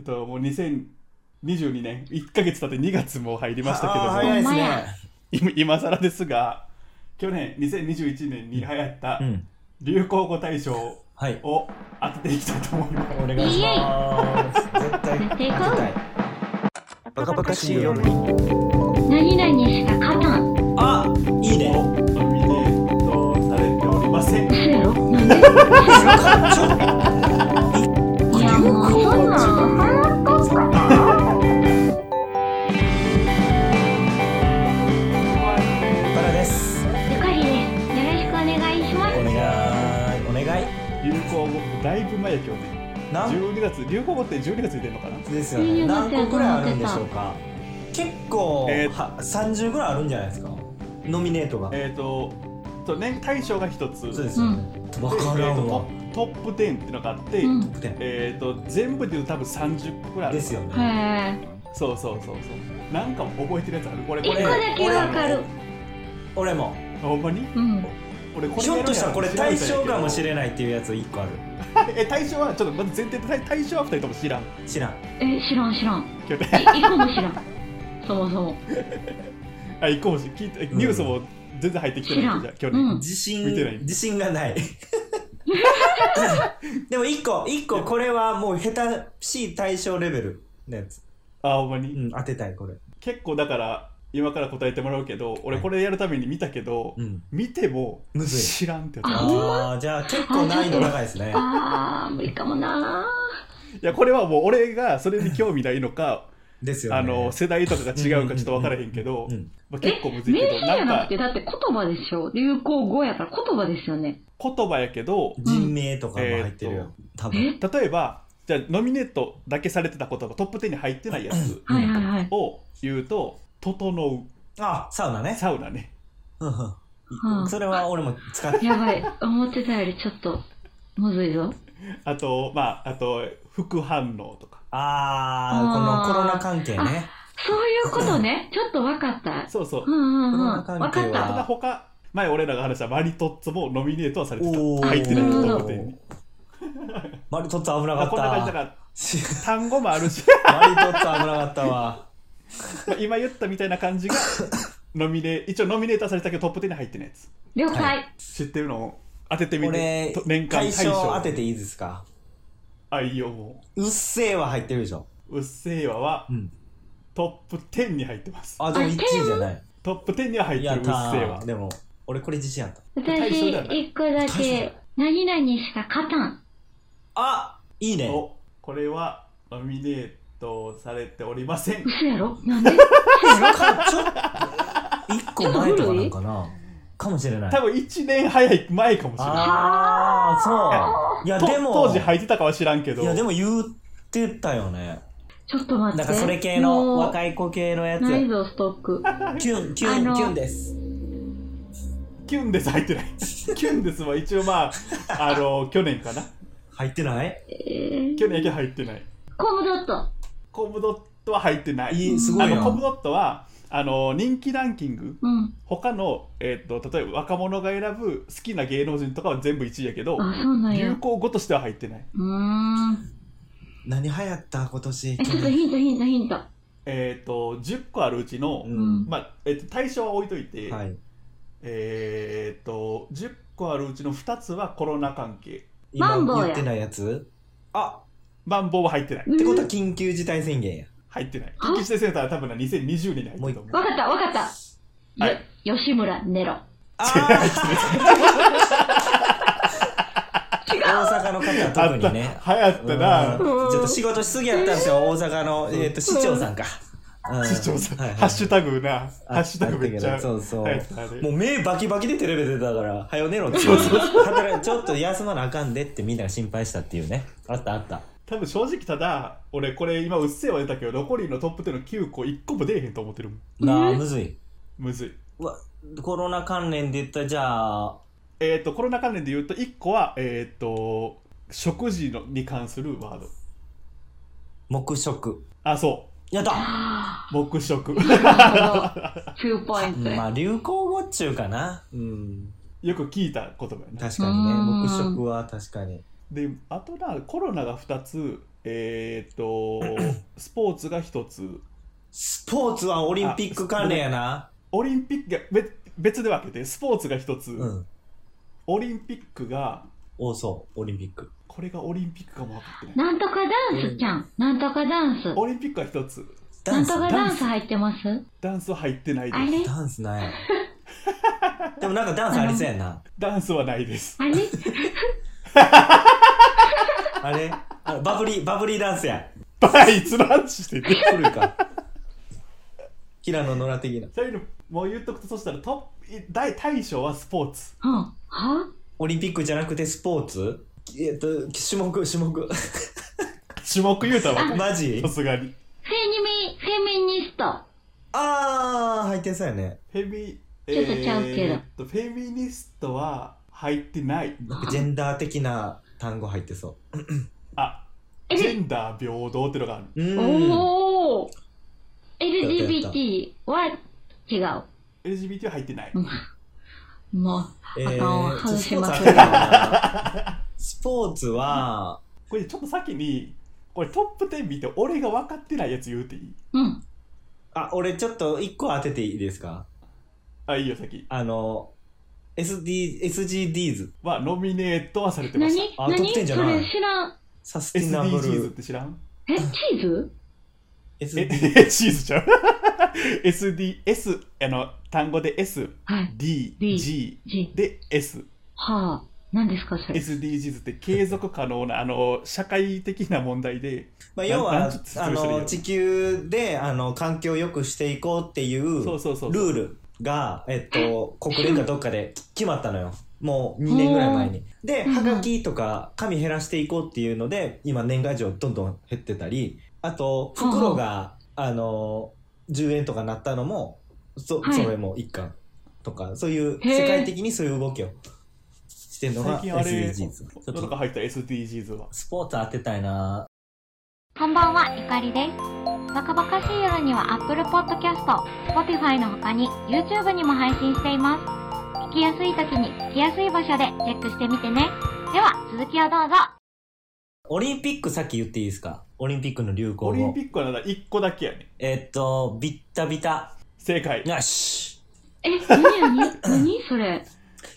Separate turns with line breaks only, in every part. っと、もう2022年、1ヶ月経って2月も入りましたけど
あー
も、
早いです
ほん
ね
まや。
今今更ですが、去年、2021年に流行った
うん。
流行語大賞を
はい。
当てていきたいと思います。
お願いします。絶対当てたい。バカバカしいよ。
何々しか勝たん。
あ、いい
ノ
ね。
ミネートされておりません。
嘘やろなんでいやもうそんなんわからんかった
バラです。
ゆかりです。よろしくお願いしま
お
す。
願い。お願い。
流行語、だいぶ前や今日ね。
何
12月、流行語って12月に出るのかな
ですよね。何個くらいあるんでしょうか。結構
えー
は三十ぐらいあるんじゃないですか。ノミネートが。
えっ、と、と年大賞が一つ。
そう
で
ですよね。わから
えーと
んわ
ト。トップ10っていうのがあって、
うん。
得点
えっ、と、全部で言うと多分30個くらいある。
ですよね。
へえ。
そうそうそうそう。なんか覚えてるやつあるこれ、こ
一個
れ、
だけわかる。
俺も
ほんまに
うん。
俺これ
ひょっとしたらこれ対象かもし
れ
れないっていうやつ一個ある
ない。え、対象は、ちょっとまず前提で対対象は二人とも知らん。
知らん
え、知らん知らん。
今日 ね、
え、一個も知らん。そもそも。
あ、行こうし、聞いて、ニュースも全然入ってきてない
知
じ
ら
ゃ
ん
あ今日ね。
うん
自信
見てない
自信がないでも一個一個これはもう下手しい対象レベルのやつ、
あ、ほんまに、
うん、当てたいこれ、
結構だから、今から答えてもらうけど、俺これやるために見たけど、
うん、
見ても
むずい
知らんってやつ
あほん
あーじゃあ結構難易度高いですね
あー、無理かもなー。
いやこれはもう俺がそれに興味ないのか
ですよね
あの世代とかが違うかちょっと分からへんけど
うん
まあ結構むずい
名
けど
詞じ
な
ゃ
ん
な
か
くて、だって言葉でしょ。流行語やから言葉ですよね。
言葉やけど
人名とかも入ってるよ、多分
え
例えばじゃあノミネートだけされてた言葉トップ10に入ってないやつ
はいはいはい。
を言うと「整
あサウナ
う」
ね、
サウナね
うん
う
うんん、それは俺も使って
やばい。思ってたよりちょっと、むずいぞ。
あとまああと副反応とか
ああ
あー
このコロナ関係ね
そういうことね。ちょっとわかった。
そうそう
うんうんうん。わ
コロ
か
ナ関係
っ
は
た
た。
だ他前俺らが話したマリトッツォもノミネートはされてた
おー
入ってないトップ10に
マリトッツァ危な
ま
か
あ
った
こんな感じ だから
し
単語もある し
マリトッツァ危なかったわ。
まあ今言ったみたいな感じがノミネ一応ノミネートはされたけどトップ10に入ってないやつ
了
は
解。
知ってるのを当ててみて
俺
と、年間
対
大
象
賞
当てていいですか
あいいよも
うっせぇは入ってるでしょ。
ううっせぇわは
うん。
トップ10に入ってます
あ、でも1位じゃない。
トップ10には入ってるうっせぇわ
でも、俺これ自信あった。
対
私、
象ではない
一個だけ、何々しか勝たん。
あいいね。
おこれはノミネートされておりません
嘘 やろなんで
かちょ1個前とかなんかなかもしれない。
多分1年早い前かもしれない
ああ、そう。いや、
と
でも、
当時入ってたかは知らんけど
いや、でも言ってたよね。
ちょっと待って。
なんかそれ系の、
もう
若い子系のやつ。
ないぞ、ストック。
キュン、キ
あ
ュン、
の
キュンです。
キュンデス入ってない キュンデスは一応まああの去年かな
入ってない
えー、
去年だけ入ってない
コムドット。
コムドットは入ってない
いい、すご
あ
い
の
よ。
コムドットはあの人気ランキング
うん。
他の、えー、と例えば若者が選ぶ好きな芸能人とかは全部1位やけど
あ、そうなんや。
流
う
行語としては入ってない
ーん。
何流行った今年。
え、ちょっとヒントヒントヒント。
えっ、と10個あるうちの、
うん。
まあえー、と対象は置いといて、
はい。
えっ、と10個あるうちの2つはコロナ関係
今
マンボウや
言ってないやつあ
マンボウは入ってない
ってことは
うん
緊急事態宣言や。
入ってない
あ
緊急事態センターは多分な2020年に入ってると思う
わかったわかった。
はい
よ吉村 ネロ。
あー大阪の方は
あ
特
った
に
流
ね。
行ったな、
うんちょっと仕事しすぎやったんですよ、大阪の、えー、と市長さんか。うん
市長さん、
はいはい
ハッシュタグな
あ
ハッシュタグめっち
あ
ゃ
ったけどそうそう
流行ったあれ
もう目バキバキでテレビ出てたから、はよ寝ろって働いちょっと休まなあかんでってみんなが心配したっていうね。あったあった。
多分正直ただ俺これ今うっせぇは出たけど残りのトップ10の9個1個も出えへんと思ってるもん
なあ、むずい。
むずいう
わ、コロナ関連で言ったらじゃあ、
えっ、とコロナ関連で言うと1個はえっ、と食事のに関するワード
黙食。
あそ
やった
う黙食
9ポイントや。
まあ流行語っちゅうかな。うん。
よく聞いた言葉やな
確かにね
うーん。
黙食は確かに。
であとなコロナが2つえーっ とスポーツが一つ
スポーツはオリンピック関連やな。
オリンピックが別別で分けてスポーツが一つ、
うん。
オリンピックが
多そう、オリンピック。
これがオリンピックかも分かってない
なんとかダンスちゃん。なんとかダンス。
オリンピックは一つ
ダ
な
ン
ん
ス、
とかダ
ダ
ン
ンス
ス。入ってます
ダンス入ってないで
あ
す
れ
ダンスない。でもなんかダンスありそうやな。
ダンスはないです
あれ
あれあバブリー、バブリーダンスや。
バイ一番してて
古いか。平野ノラ的な。
そういうのもう言っとくとそしたらトップい大大賞はスポーツ
うん。は
オリンピックじゃなくてスポーツえっと、種目、種目。
種目言うたわ
マジ
さすがに
フェニミ、フェミニスト。
あー、入ってそうやね。
フェミ
ちょっとちゃうけど
えーっとフェミニストは入ってない
なんかジェンダー的な単語入ってそ
あ
え
ジェンダー平等ってのがある
う。うーん。
おお !LGBT
LGBT
は違う。
LGBT は入ってない
もう、
え
あの
ー、ちょっとスポーツあ
外しま
る
くる
かなスポーツは、
これちょっと先にこれトップ10見て俺が分かってないやつ言うていい
うん。
あ、俺ちょっと一個当てていいですか
あいいよ先
あの、SD、SGDs。
はノミネートはされてました
何
あ得点
何
じゃ
そ
ない
れ知らん。
サスティナブ
SDGs っ
ル。
て知らん
え、チーズ
え
SD、
チーズちゃう ?SDS あの単語で
はい。D
SDG
G。
で S
はあ。何ですかそれ。
SDGs って継続可能なあの社会的な問題で
まあ、要
な
は
んなんて説明
あ
したらいいの
の地球であの環境を良くしていこうっていうル
そうそうそう
ールが、えっと、国連かどっかで決まったのよもう2年ぐらい前に。で
うんうん
はがきとか紙減らしていこうっていうので今年賀状どんどん減ってたりあと袋が、あの10円とかなったのもそ,、
はい
それも一貫とかそういう
へー
世界的にそういう動きをしてるの
最
が
近あれ
SDGs。ちょ
と
っ
か
と
入った SDGs は
スポーツ当てたいな
こんばんは、ゆかりです。バカバカしい夜には Apple Podcast、Spotify の他に YouTube にも配信しています。聞きやすい時に聞きやすい場所でチェックしてみてね。では、続きをどうぞ。
オリンピックさっき言っていいですかオリンピックの流行語。
オリンピックはなんだ1個だけやね
えっと、ビッタビタ。
正解
よし。
え、何何何それ。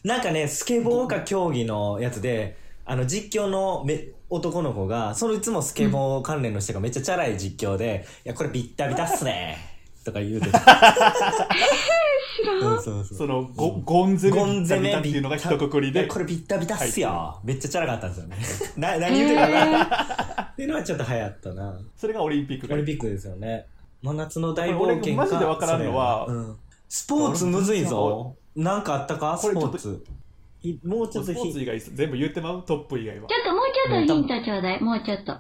なんかね、スケボーか競技のやつで、あの、実況のめ男の子が、そのいつもスケボー関連の人がめっちゃチャラい実況で、いや、これビッタビタっすね。とか言うてた。
知らん。
そうそうそう。
そのゴゴン攻
ゴ
め
ン
ビタ
攻
ビタ
め
っていうのが一
ビッタ
括り
い
で
やこれビッタビタっすよ。めっちゃチャラかったんですよね。 な、何言うてたかな、
え
っていうのはちょっと流行ったな。
それがオリンピック
オ
か
リンピックですよね。真夏の大
これ俺
冒険
マジでわからんのは
それやなうんスポーツむずいぞ。なんかあったか
こ
ス
れち
ポ
ょっ
ー
と
ツ。いもうちょっ
スポ
と
ーツ
ひ、
以外全部言ってまうトップ以外は
ちょっともうちょっとヒントちょうだい、もうちょっと。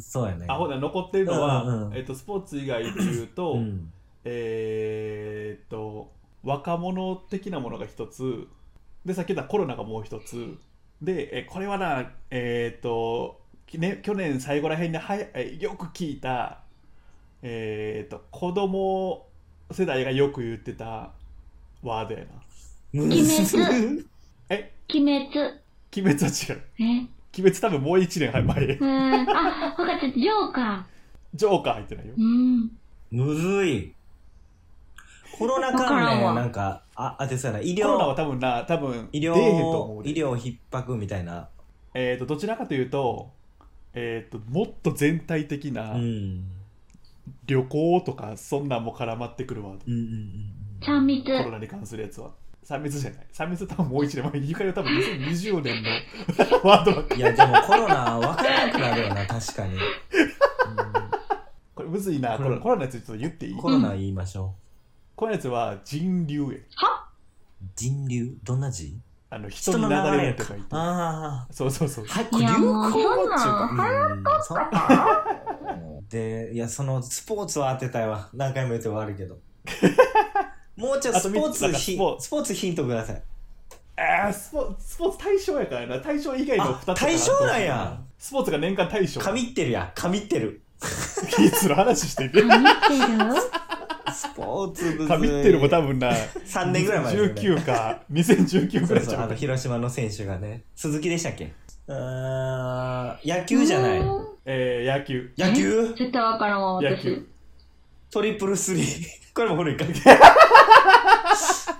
そうやね。
あほな残ってるのは、
うんうん
えっとスポーツ以外で言うと、
うん。
えーっと若者的なものが一つでさっき言ったコロナがもう一つでえこれはなえーっと、きね、去年最後らへんにはやえよく聞いたえーっと子供世代がよく言ってたワードやな
鬼
滅
え
鬼滅。
鬼滅は違う
えう
鬼滅多分もう1年前へ
ーん。あ、わかった、ジョーカ
ジョーカー入ってないよ
ー。うん。
むずい。コロナ関連はなんか、あ、あてそうやな。医
コロナは
療、
多分な多分
医
出えへんと思う
療、医療逼迫みたいな。
えー、とどちらかというと,、えー、ともっと全体的
う。
なん
うん
旅行とかそんなんも絡まってくるわ、
うんうん
三密。
コロナに関するやつは3密じゃない3密多分もう1年前ゆかりは多分2020年の ワードばっか
いや、でもコロナわからなくなる よな、確かに。
これむずいな
コ
コ
ロ
ロ
ナ
ナコロナのやつちょっと言っていい
うんコロナ言いましょ
このやつは人流や
う。人流、どんな字
あの人に流れるって書いて
ああ。
そうそうそう
早
いやもうそんなん
で、いや、そのスポーツは当てたいわ。何回も言って悪い けど。もうちょっとスポー
あと三つなん
ツ
か
ひ
スポーツ
スポーツヒントください。
あースポスポーツ対象やからな対象以外の2つ
あ対象なんや
スポーツが年間対象
かみってるや。かみってる。
いつの話してる
何言ってる
スポーツむ ずい
かみってるも多分な
3年ぐらい前ですよね
19か2019ぐ
そ
ら
う
いじ
そう
ゃ
あの
ん
広島の選手がね。鈴木でしたっけあー野球じゃないう
ーん
えー野球。
野球
絶対わからんわ、
野
私。
球。
トリプルスリーこれも 古いか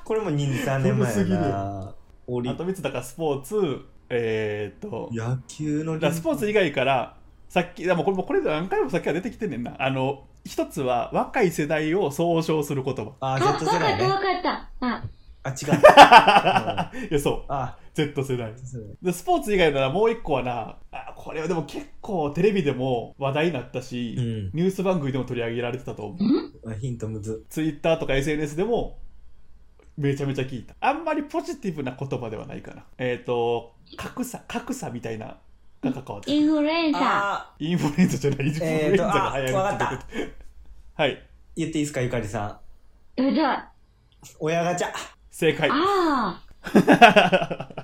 これも23年前や
古すぎる
なオリ
あと3つだからスポーツ、えーっと、
野球の
だからスポーツ以外から、さっき、でもこれもこれ何回もさっきは出てきてんねんな。あの、一つは若い世代を総称する言葉。
あ
あ、わ
Z 世
かっ
代
た、
ね
わかった。あ、
あ違う
いや、そう。
あ
Z 世代。
Z 世代
でスポーツ以外ならもう一個はな、あこれはでも結構テレビでも話題になったし、
うん
ニュース番組でも取り上げられてたと思う。
あヒントむず
Twitter とか SNS でもめちゃめちゃ聞いた。あんまりポジティブな言葉ではないかな。えっ、と、格差、格差みたいなが関わって
イ
る。
ンフルエンサ
あ
インフルエンザじゃない、インフルエンザが流行る
えーとあわかっ
った。はい、
言っていいですかゆかりさん
ー。えじゃあ、
親ガチャ
正解。
あ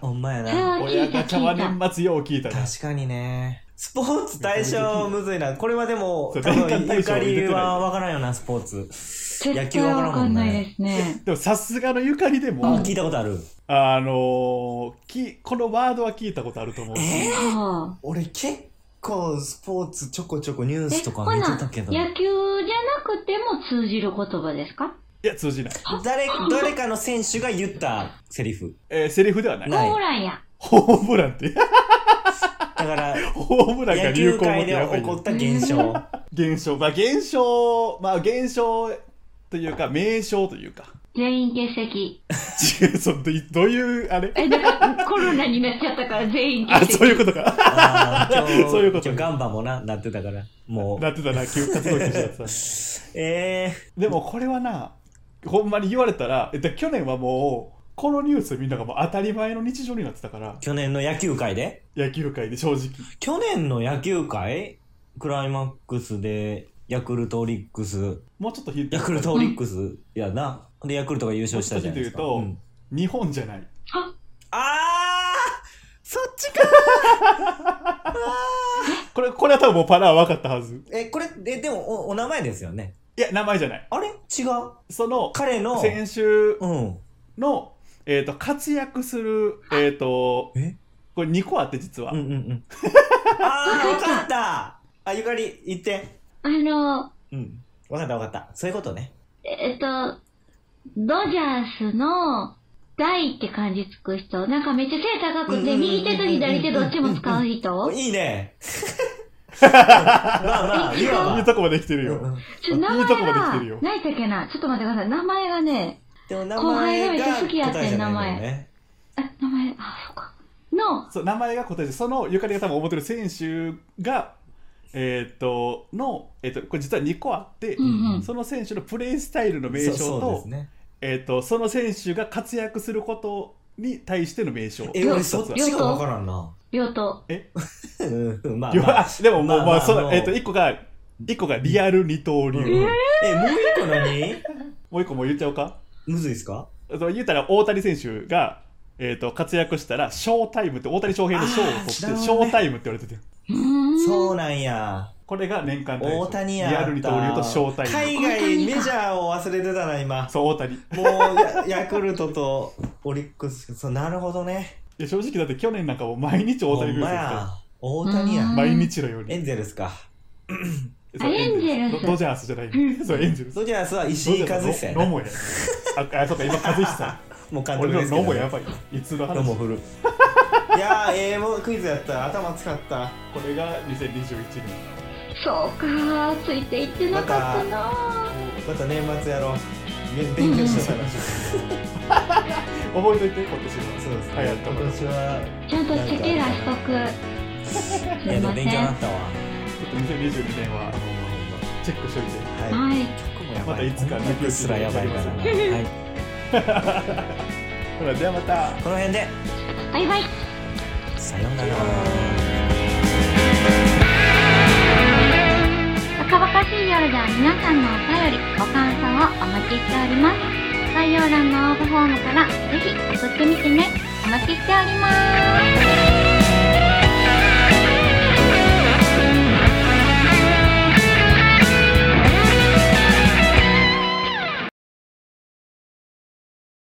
ほんまや
あ、それ
な
は 聞
親
いた、
ガチャは
聞い
年末よう聞いたな。
確かにねスポーツ対象むずいなこれはでも
そう
多分
年間大
ゆ
賞
か
入れてない
りはわからんよなスポーツ
た。
野
絶
球
対
わ
わ
からん
か
もん
ん
ね
ないですね。
でもさすがのゆかりで
あ
も、
聞いたことある
あのーき、このワードは聞いたことあると思うし。
ああ。
俺結構スポーツちょこちょこニュー
え、
スと
ほ
か見
な、
てた
野
け
球
ど
じゃなくても通じる言葉ですか
いや、通じない。
誰誰かの選手が言ったセリフ
えーセリフではない。
ない
ホームランや。
ホームランって、
だから
ホームランが
野
流
球
行語っ
界
て
で
やっぱ
起
り
こった現象
現象。まあ、現象、まあ、現象というか、名称というか。
全員欠席。
違う、そうどういどういう、あれ
え、なん かコロナになっちゃったから全員
あ、
欠席。
そういうこと か。
あー今日
そういうこと
今日ガンバもななってたからもう
なってたな、急活動休止だった。
え
でも、これはな、ほんまに言われたら、えっと、去年はもう、このニュースみんながもう当たり前の日常になってたから
ー、、去年の野球界で
野球界で正直。
去年の野球界クライマックスでヤクルトオリックス
もうちょっとヒント
ヤクルトオリックスやな、でヤクルトが優勝したじゃないですか、
もう一
う
つ言うん日本じゃない。
あーそっちか
これ、これは多分もうパラは分かったはず。
えこれえでもおお名前ですよね
いや、名前じゃない。
あれ違う
その、
彼の
先週
うん
の、えー、と活躍する、えー、と
え
これ2個あって実は、
うんうんうん あーわかったあゆかり言って
あの、
うんわかったわかったそういうことね
えっと、ドジャースの大って漢字つく人。なんかめっちゃ背高くて、
うん
右手と左手どっちも使う人。
いいねまあまあいわば
いいとこまで来てるよ、
うんうん
ちょ名
い
前
いとこまで来てる
が
よ、
何だっけな。ちょっと待ってください。名前がね、
でも名
後輩が
前
めっちゃ
が
好きやってん
答えじゃないんだよね
あ、名前、あ、そうか。の、
そう名前が答えでそのゆかりが多分思ってる選手がえっ、との、えー、とこれ実は2個あって、
うんうん。
その選手のプレースタイルの名
そう
称とそ
そうですね
えー、とその選手が活躍することに対しての名称
え
両
俺そっちがわからんな
両党。
うんまあ
両
まあ
足でももう、
ま
ま
あ
あ
まあ
そう
あの
えー、と1個が一個がリアル二刀流、
うんえもう一個何
もう1個もう言っちゃおうか
むずいっすか
あと言うたら大谷選手が、えー、と活躍したらショータイムって大谷翔平のショーを取ってシ
あーな
ョ
るほどね
ータイムって言われてて
うーん。
そうなんや
これが年間大賞
大谷や
リアル二刀流とショータイム
海外メジャーを忘れてたな今
そう大谷い
もうやヤクルトとオリックスそうなるほどね
や正直だって去年なんかもう毎日大
ほ
谷
ん
グル
ま
ープです
や大谷
う
や
ん
毎日のよう
エ
に
ンゼルスか
そう
あエンゼルス
ドドジャースじゃないそうエンゼルス
ドジャースは石井
ドジャー
和
スの
久や
ノ
な
モやああそうか今和久さ
もう監
ん
督
俺
ですけ
のノ
ど
モやばいいつの
ロ
話
モ
こ
フルいやーえー、もうクイズやった頭使った
れが2021
そうか。ついていってなかったな。
また年末やろうね勉強しとかな、
年覚えといて今年は
そうですね、
はいやった
今年は
ちゃんとチェケラしとく。す
い
い
やで
ま
も勉強
せん。
にな
は
ったわほ
ちょ
ん
っと2022年は
まほんま
チェックしといて
はい
い。
僕もやば
またいつかね
僕すらやばいからな、
や
り
はい、
ほらではまた
この辺で
バイバイ。
さようなら
若々しい夜では皆さんのお便り、ご感想をお待ちしております。概要欄の応募フォームからぜひ送ってみてね。お待ちしております。